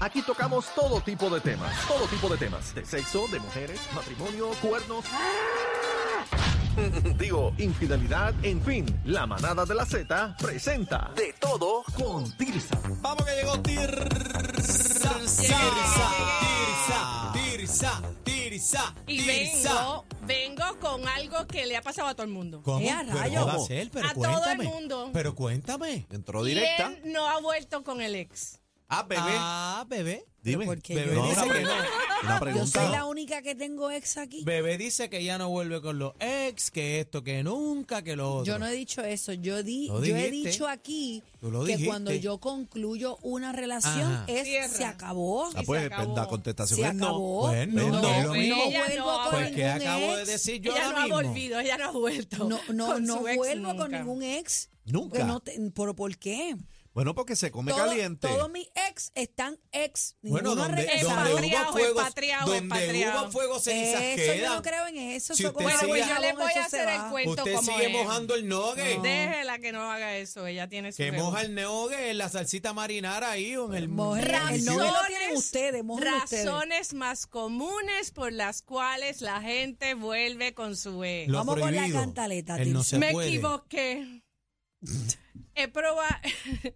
Aquí tocamos todo tipo de temas, todo tipo de temas, de sexo, de mujeres, matrimonio, cuernos, ¡Ah! digo, infidelidad, en fin, la manada de la Z presenta de todo con Tirsa. Vamos que llegó Tirsa. Tirsa, Tirsa, Tirsa, Y Tirsa. vengo, vengo con algo que le ha pasado a todo el mundo. ¿Cómo? Eh, a ¿Pero rayos. qué va a hacer? Pero A todo el cuéntame. mundo. Pero cuéntame. Entró ¿Quién directa. no ha vuelto con el ex? Ah, bebé. Ah, bebé. Dime. ¿Por qué Bebé yo, No, dice una que pregunta. no. Una yo soy la pregunta. única que tengo ex aquí? Bebé dice que ya no vuelve con los ex, que esto, que nunca, que lo otro. Yo no he dicho eso. Yo, di, Lo yo he dijiste. dicho aquí Tú lo que dijiste. cuando yo concluyo una relación, Ajá. es Cierra. se acabó. Ah, pues se acabó. la contestación Se es no. acabó. Pues no, no, es lo no mismo. vuelvo Ella no con ha- Pues que ningún acabo de ex. decir yo Ella no ahora ha mismo. volvido, ella no ha vuelto. No, no, con no su ex vuelvo con nunca. ningún ex. Nunca. Que no te- ¿Pero por qué? Bueno, porque se come Todo- caliente. Todos mis ex están ex. Bueno, Ninguno ha donde, regresado. donde hubo Expatriado, fuego, expatriado, donde expatriado. hubo fuego cenizas Eso, quedan. yo no creo en eso. Si eso usted como Bueno, agua pues de sigue- yo le jabón, voy eso a se hacer el va. cuento Usted como sigue es. mojando el nogue. Déjela que no haga eso, ella tiene su Que juego. moja el neogue en la salsita marinara ahí o en el Moja el- el el sitio. nogue lo tienen ustedes, mójenlo ustedes. razones más comunes por las cuales la gente vuelve con su ex. Lo Vamos con la prohibido. cantaleta, El no Tirsa. se me puede. equivoqué. He probado.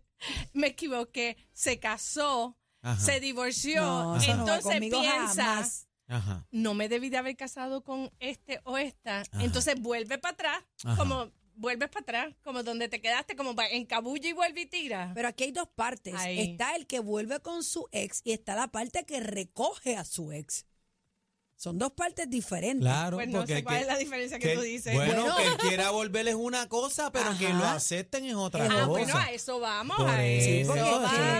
me equivoqué. Se casó, Ajá. se divorció. No, eso no va entonces conmigo piensa. jamás. Ajá. No me debí de haber casado con este o esta. Ajá. Entonces vuelve para atrás, Ajá. como vuelves para atrás, como donde te quedaste, como pa- encabullo y vuelve y tira. Pero aquí hay dos partes. Ahí. Está el que vuelve con su ex y está la parte que recoge a su ex. Son dos partes diferentes. Claro, pues no porque sé el cuál que- es la diferencia que, que- tú dices. Bueno, Bueno. que él quiera volver es una cosa, pero que lo Ajá. acepten es otra Ah, cosa. bueno, a eso vamos. Por a eso, eso porque-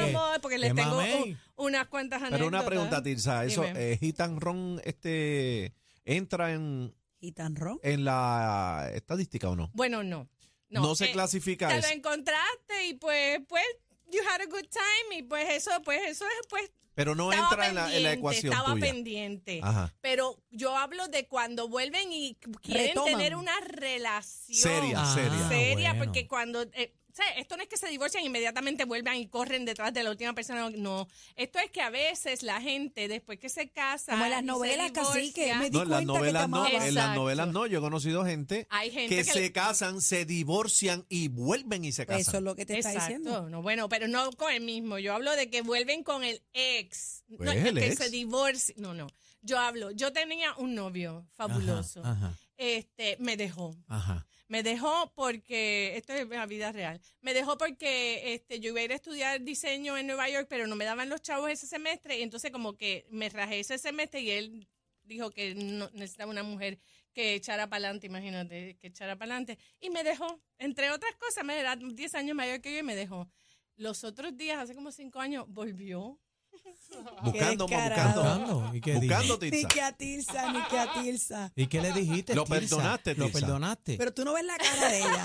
que- vamos, porque les que tengo mamey. u- unas cuantas anécdotas. Pero una pregunta, Tirsa, eso Dime. eh, Gitan Ron este entra en, Y tan ron. en la estadística o no? Bueno, no. No, se eh, clasifica te lo eso. encontraste y pues, pues, you had a good time y pues eso, pues eso es, pues, Pero no estaba entra en la, pendiente, en la ecuación estaba tuya. pendiente. Ajá. Pero yo hablo de cuando vuelven y quieren Retoman. tener una relación Seria, Ah, seria. seria, bueno. porque cuando... eh, ¿sabes? Esto no es que se divorcian e inmediatamente vuelvan y corren detrás de la última persona. No, esto es que a veces la gente, después que se casa... Como en las y se novelas, cacique. divorcia, Me di No, en las cuenta que te novelas no, amaba. en las Exacto. novelas no. Yo he conocido gente, Hay gente que, que se le- casan, se divorcian y vuelven y se Pues casan. eso es lo que te está Exacto, diciendo. no, bueno, pero no con el mismo. Yo hablo de que vuelven con el ex. no, Pues el que ex. se divorcie. No, no. Yo hablo. Yo tenía un novio fabuloso. Ajá, Este, me dejó. ajá. Me dejó porque, esto es la vida real, me dejó porque este, yo iba a ir a estudiar diseño en Nueva York, pero no me daban los chavos ese semestre, y entonces como que me rajé ese semestre y él dijo que no, necesitaba una mujer que echara para adelante, imagínate, que echara para adelante, y me dejó, entre otras cosas, me era 10 años mayor que yo y me dejó. Los otros días, hace como 5 años, volvió. Buscando, Qué descarado. buscando. Buscando, ¿Y qué Buscando, Ni Tirsa. que a Tirsa, ni que a Tirsa. dijiste? ¿Y qué le dijiste? Lo Tirsa? perdonaste, Lo Tirsa. perdonaste. Pero tú no ves la cara de ella.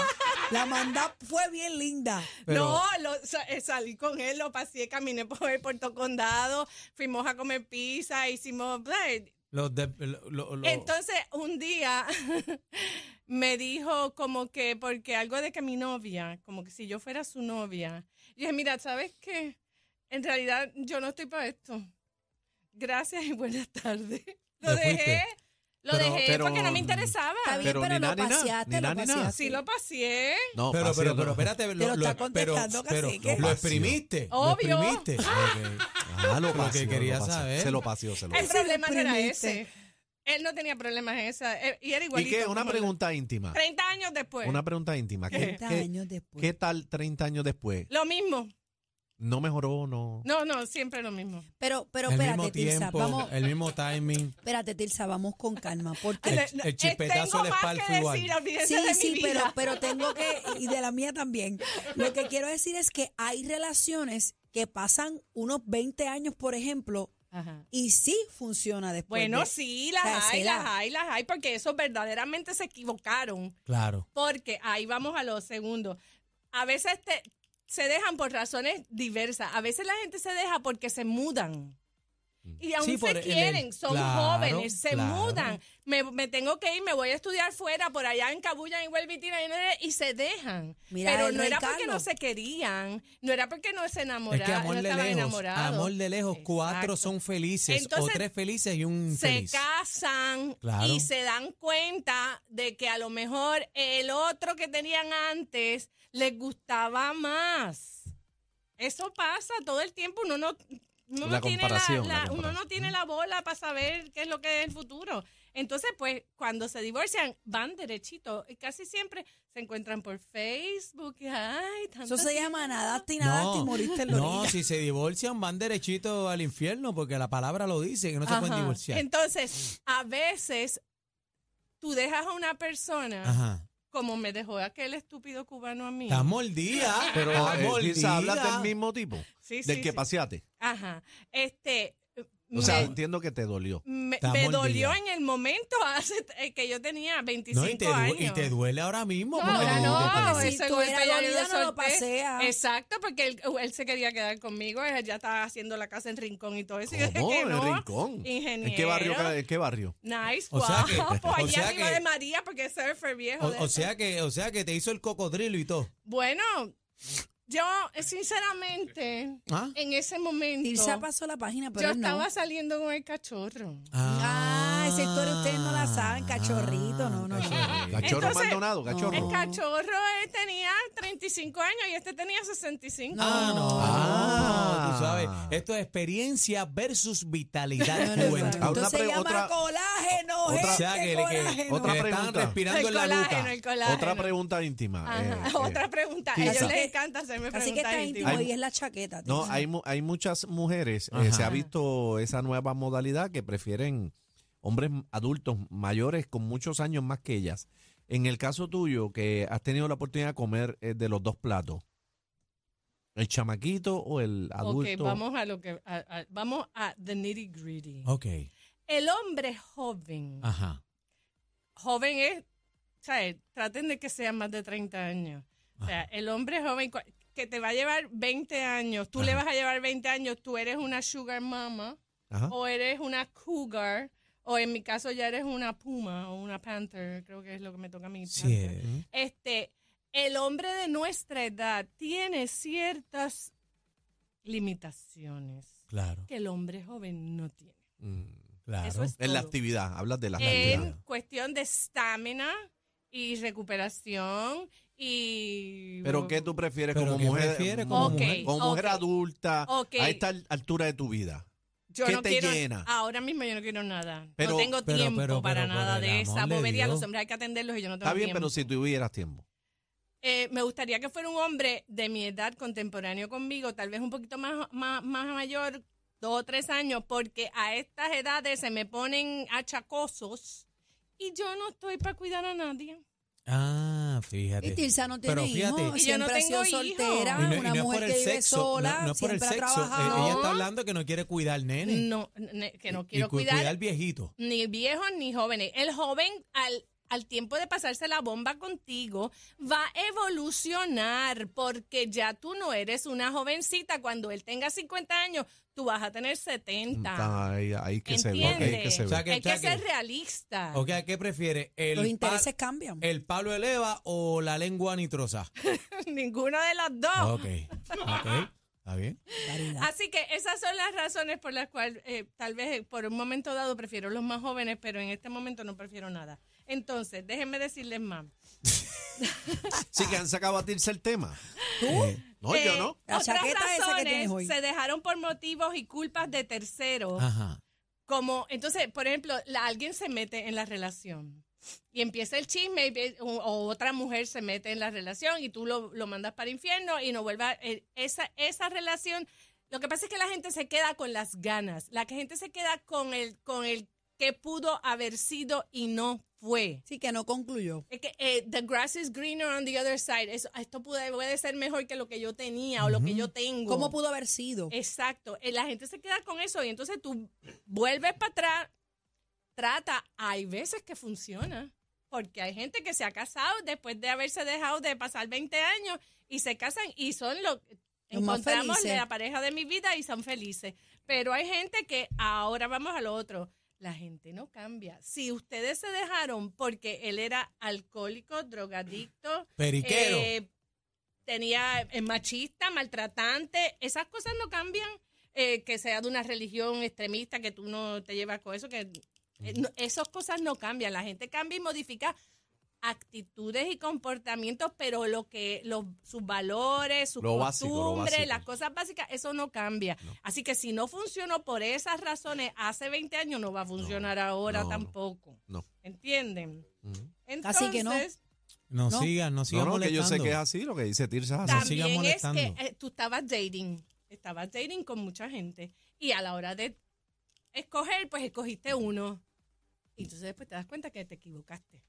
La mandá fue bien linda. Pero- no, lo- sa- eh, salí con él, lo pasé, caminé por el Puerto Condado, fuimos a comer pizza, hicimos... ay, Los de- lo- lo- lo- Entonces, un día me dijo como que, porque algo de que mi novia, como que si yo fuera su novia, y dije, mira, ¿sabes qué? En realidad yo no estoy para esto. Gracias y buenas tardes. Lo Te fuiste. dejé, lo Pero- dejé pero- porque no me interesaba. Está bien, Pero pero, ni lo nada, ni nada, paseaste, ni nada, lo ni nada. paseaste. Sí lo pasé. No, pero, pero, pasealo, pero, no. espérate, Pero lo, está pero, contestando, pero cacique. lo exprimiste. Lo Obvio. exprimiste. Ok. Ah, lo Lo que paseó, quería lo paseó. saber. Se lo paseó, se lo paseó. El Ese problema no era deprimiste. ese. Él no tenía problemas en esa. eh, Y era ¿Y igualito. qué? Una como- pregunta íntima. 30 años después. Una pregunta íntima. ¿Qué, 30 qué- años después. qué tal 30 años después? Lo mismo. ¿No mejoró no? No, no, siempre lo mismo. Pero, pero El mismo espérate, Tilsa, tiempo, eh. vamos, el mismo timing. espérate, Tilsa, vamos con calma. Porque El- el Eh, chispetazo tengo de la más espalda que fue igual. decir, olvídense Sí, de mi sí, pero, pues vida. pero tengo que, y de la mía también. Lo que quiero decir es que hay relaciones que pasan unos 20 años, por ejemplo, Ajá. y sí funciona después. Bueno, de- sí, las o sea, hay, se las da. hay, las hay, porque esos verdaderamente se equivocaron. Claro. Porque ahí vamos a lo segundo. A veces te- se dejan por razones diversas. A veces la gente se deja porque se mudan. Y aún Mm. Sí, por se el- quieren, son claro, jóvenes, se claro. mudan. Me, me tengo que ir, me voy a estudiar fuera, por allá en Cabulla, en Huelvitina, y se dejan. Mira Pero el no rey era porque no Carlos. se querían, no era porque no se enamoraban, Es que amor no de estaban lejos, enamorados. amor de lejos, cuatro Exacto. son felices, Entonces, o tres felices y un se infeliz. casan Claro. y se dan cuenta de que a lo mejor el otro que tenían antes les gustaba más. Eso pasa todo el tiempo, uno no, uno La no tiene comparación, la uno no comparación. tiene la bola para saber qué es lo que es el futuro. Entonces, pues, cuando se divorcian, van derechito. Y casi siempre se encuentran por Facebook. y, Ay, tanto Eso se tiempo. llama nadaste y nadaste y moriste en la no, orilla. si se divorcian van derechito al infierno porque la palabra lo dice, que no se Ajá. pueden divorciar. Entonces, a veces tú dejas a una persona Ajá. como me dejó aquel estúpido cubano a mí. Estás mordida. Pero estás eh, Tilsa, hablas mordida. del mismo tipo, Sí, del sí, que sí. paseaste. Ajá. Este, O sea, me, entiendo que te dolió. me- Está me mordida. dolió en el momento hace, eh, que yo tenía 25 No, y te, años. du- y te duele ahora mismo. No, porque ahora te- no, te- Si ese tú golpe ya eras yo dolida, lo no lo solté. paseas. Exacto, porque él, uh, él se quería quedar conmigo, él ya estaba haciendo la casa en Rincón y todo eso. Y yo dije ¿Cómo? que ¿En no, Rincón? Ingeniero. ¿En qué barrio? ¿En qué barrio? Nice, O sea que- guapo, o allí sea arriba que- de María, porque es surfer viejo. de- o, o sea que, o sea que te hizo el cocodrilo y todo. bueno, yo eh, sinceramente, ¿Ah? en ese momento... Tilsa pasó la página, pero yo él no. estaba saliendo con el cachorro. Ah, esa historia ustedes no la Ah. saben, cachorrito, no, no, no. cachorrito. Cachorro Entonces, abandonado, El cachorro. cachorro eh, tenía 35 años y este tenía 65. Ah, no. Ah. Tú sabes, esto es experiencia versus vitalidad No, no, no. juventud. Otra Entonces se pre- llama otra- colágeno, otra- gente, o sea que, le- que- colágeno. que Otra le están pregunta. respirando El en la colágeno, nuca. el colágeno. Otra pregunta íntima. Ajá, eh, eh. otra pregunta. A ellos Tilsa. les encanta hacerme Así que preguntas está íntimas. íntimo Hay- y es la chaqueta. No, Tilsa. hay, mu- hay muchas mujeres, eh, Ajá. se ha visto esa nueva modalidad que prefieren hombres adultos mayores con muchos años más que ellas. En el caso tuyo, que has tenido la oportunidad de comer eh, de los dos platos, el chamaquito o el adulto. Ok, vamos a lo que a- a- vamos a the nitty gritty. Oh. Ok, El hombre joven, ajá. joven es, ¿sabes? Traten de que sea más de 30 años. O sea, el hombre joven cua- que te va a llevar 20 años, tú le vas a llevar 20 años, tú eres una sugar mama. Ajá. o eres una cougar, o en mi caso ya eres una puma o una panther, creo que es lo que me toca a mí. Sí, panther. eh, Este, el hombre de nuestra edad tiene ciertas limitaciones claro, que el hombre joven no tiene. Mm. claro. Eso es En la todo. Eh, actividad, hablas de la En actividad. cuestión de estamina y recuperación y... Pero ¿qué tú prefieres ¿Pero como qué mujer? prefieres como como mujer, Ok, como mujer ok. adulta Ok. a esta al- altura de tu vida? Yo ¿Qué no te quiero, llena? Ahora mismo yo no quiero nada. Pero- no tengo pero- tiempo pero- para pero nada por el de amor esa de bobería. Dios. Los hombres hay que atenderlos y yo no tengo Está bien, tiempo. pero si tuvieras tiempo. Eh, me gustaría que fuera un hombre de mi edad contemporáneo conmigo, tal vez un poquito más, más, más mayor, dos o tres años, porque a estas edades se me ponen achacosos y yo no estoy para cuidar a nadie. Ah, fíjate. Y Tilsa no tiene Pero fíjate, hijos, Y yo no siempre ha sido tengo hijos. soltera, y no- y una no es mujer por que el vive sexo, no- sola, no, es por el siempre ha sexo. eh, trabajado. Ella No. está hablando que no quiere cuidar nene. No, ne- que no Y quiero cu- cuidar, cuidar viejito. ni viejos ni jóvenes. El joven al, al tiempo de pasarse la bomba contigo va a evolucionar porque ya tú no eres una jovencita. Cuando él tenga 50 años, tú vas a tener 70. Está ahí, ahí Ah, que se ve. ahí que ¿Entiendes? se O ve. sea, que- Hay que o sea que- ser realista. Ok, ¿qué prefiere? El Los pa- eh. intereses cambian. ¿El palo eleva o la lengua nitrosa? Ninguna de las dos. Ok, ok, está bien. Caridad. Así que esas son las razones por las cuales eh, tal vez eh, por un momento dado prefiero los más jóvenes, pero en este momento no prefiero nada. Entonces, déjenme decirles más. Sí, que han sacado a batirse el tema. Eh, No, yo no. La otras chaqueta esa que razones tienes hoy. se dejaron por motivos y culpas de terceros. Ah. Ajá. Como, entonces, por ejemplo, la- alguien se mete en la relación y empieza el chisme y ve- o, o otra mujer se mete en la relación y tú lo, lo mandas para infierno y no vuelva eh, esa, esa relación. Lo que pasa es que la gente se queda con las ganas, la que gente se queda con el, con el que pudo haber sido y no fue. Sí, que no concluyó. Es que eh, the grass is greener on the other side. Eso- esto puede, puede ser mejor que lo que yo tenía o lo que yo tengo. ¿Cómo pudo haber sido? Exacto. Eh, La gente se queda con eso y entonces tú vuelves para atrás, trata. Hay veces que funciona. Porque hay gente que se ha casado después de haberse dejado de pasar 20 años y se casan y son lo Los más encontramos felices. la pareja de mi vida y son felices. Pero hay gente que ahora vamos a lo otro. La gente no cambia. Si ustedes se dejaron porque él era alcohólico, drogadicto, Periquero. eh, tenía eh, machista, maltratante, esas cosas no cambian. eh, que sea de una religión extremista, que tú no te llevas con eso, que eh, no- esas cosas no cambian. La gente cambia y modifica actitudes y comportamientos, pero lo que los, sus valores, sus Lo básico, lo costumbres, básico. las cosas básicas, eso no cambia. Así que si no funcionó por esas razones hace 20 años, no va a funcionar ahora no, no. tampoco. No. ¿Entienden? Ujú. Entonces, Así que no. No, No. sigan, no No, sigan no, que yo sé molestando. que es así lo que dice Tirsa. es así. Tam- También siga es que molestando. eh, tú estabas dating, estabas dating con mucha gente y a la hora de escoger, pues escogiste uno. Y entonces después te das cuenta que te equivocaste.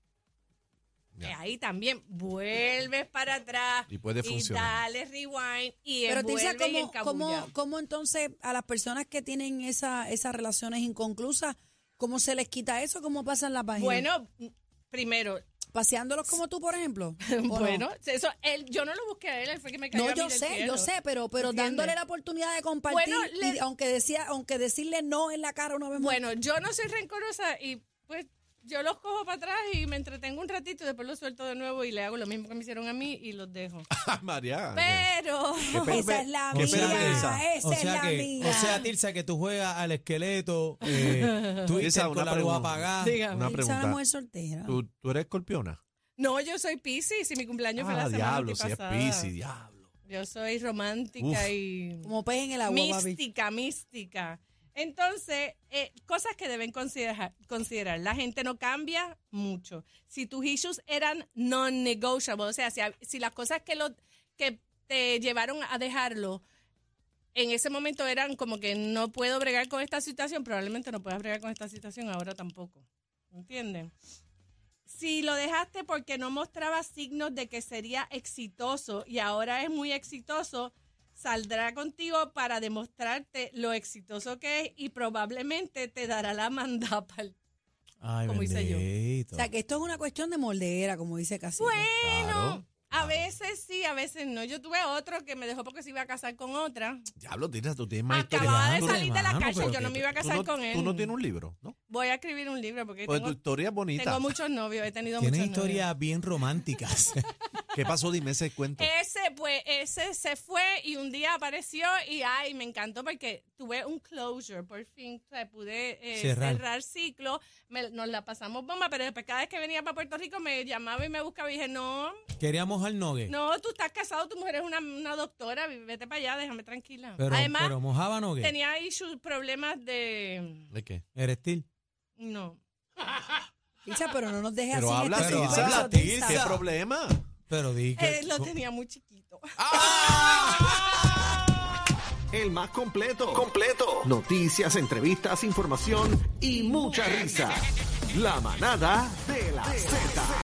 Ya. Eh, Ahí también vuelves para atrás Y puede funcionar. dale rewind y Pero Tirsa, envuelve y ¿cómo, encabulla. cómo, ¿cómo entonces a las personas que tienen esa, esas relaciones inconclusas, cómo se les quita eso? ¿Cómo pasan la página? Bueno, primero, Paseándolos como tú, por ejemplo. ¿o no? bueno, eso, él, yo no lo busqué a él, él fue que me cayó No, a mí yo del sé, cielo. yo sé, pero, pero ¿Entiendes? dándole la oportunidad de compartir, Bueno, le- y aunque decía, aunque decirle no en la cara una vez más. Bueno, yo no soy rencorosa y pues yo los cojo para atrás y me entretengo un ratito y después los suelto de nuevo y le hago lo mismo que me hicieron a mí y los dejo. Ah, María. Pero Qué pe- esa es la qué mía, perversa. esa o es la sea que, mía. o sea, Tirsa, que tú juegas al esqueleto, eh, Twitter Tirsa, con la luz pregunta. apagada. Dígame. Una Esa es una pregunta. mujer soltera. ¿Tú, tú eres escorpiona? no, yo soy Pisces y mi cumpleaños fue la ah, semana diablo, si es antipasada. Pisces, diablo. Yo soy romántica Uf. y Como pez en el agua, papi. mística, mística. Entonces, eh, cosas que deben considerar, considerar. La gente no cambia mucho. Si tus issues eran non-negotiable, o sea, si, hab- si las cosas que, lo, que te llevaron a dejarlo en ese momento eran como que no puedo bregar con esta situación, probablemente no puedas bregar con esta situación ahora tampoco. ¿Entienden? Si lo dejaste porque no mostraba signos de que sería exitoso y ahora es muy exitoso, saldrá contigo para demostrarte lo exitoso que es y probablemente te dará la mandapa. Ay, Como hice yo. bendito. O sea, que esto es una cuestión de moldera, como dice Cacique. Bueno, Claro, a veces sí, a veces no. Yo tuve otro que me dejó porque se iba a casar con otra. Diablo, Tirsa, tú tienes más Acababa de historias. salir de la hermano, cárcel, pero yo no que- me iba Ah, a Tú casar no- con él. Tú no tienes un Pues libro, ¿no? Voy a escribir un libro porque Porque tu tengo, historia es bonita. tengo muchos novios, he tenido Tienes muchos novios. historias bien románticas. ¿Qué pasó? Dime ese cuento. Ese, pues, ese se fue y un día apareció y, ay, me encantó porque tuve un closure, por fin, o sea, pude eh, cerrar. Cerrar. ciclo, Me- nos la pasamos bomba, pero después cada vez que venía para Puerto Rico me llamaba y me buscaba y dije, no, Queríamos al nogue. no, tú estás casado, tu mujer es una, una doctora, vete para allá, déjame tranquila. Pero, Además, pero mojaba nogue. tenía ahí sus problemas de... ¿De qué? Erestil. No. Ticha, pero no nos dejes Pero así. en habla, este pero suspenso, habla, Tirsa. ¿Qué Tirsa. problema? Pero di que. Eh, lo tenía muy chiquito. El más completo. Completo. Noticias, entrevistas, información y mucha risa. La manada de la Z.